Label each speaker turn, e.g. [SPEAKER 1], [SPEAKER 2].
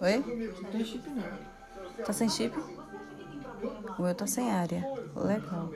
[SPEAKER 1] Oi?
[SPEAKER 2] Não tem chip não.
[SPEAKER 1] Tá sem chip? O meu tá sem área. Legal.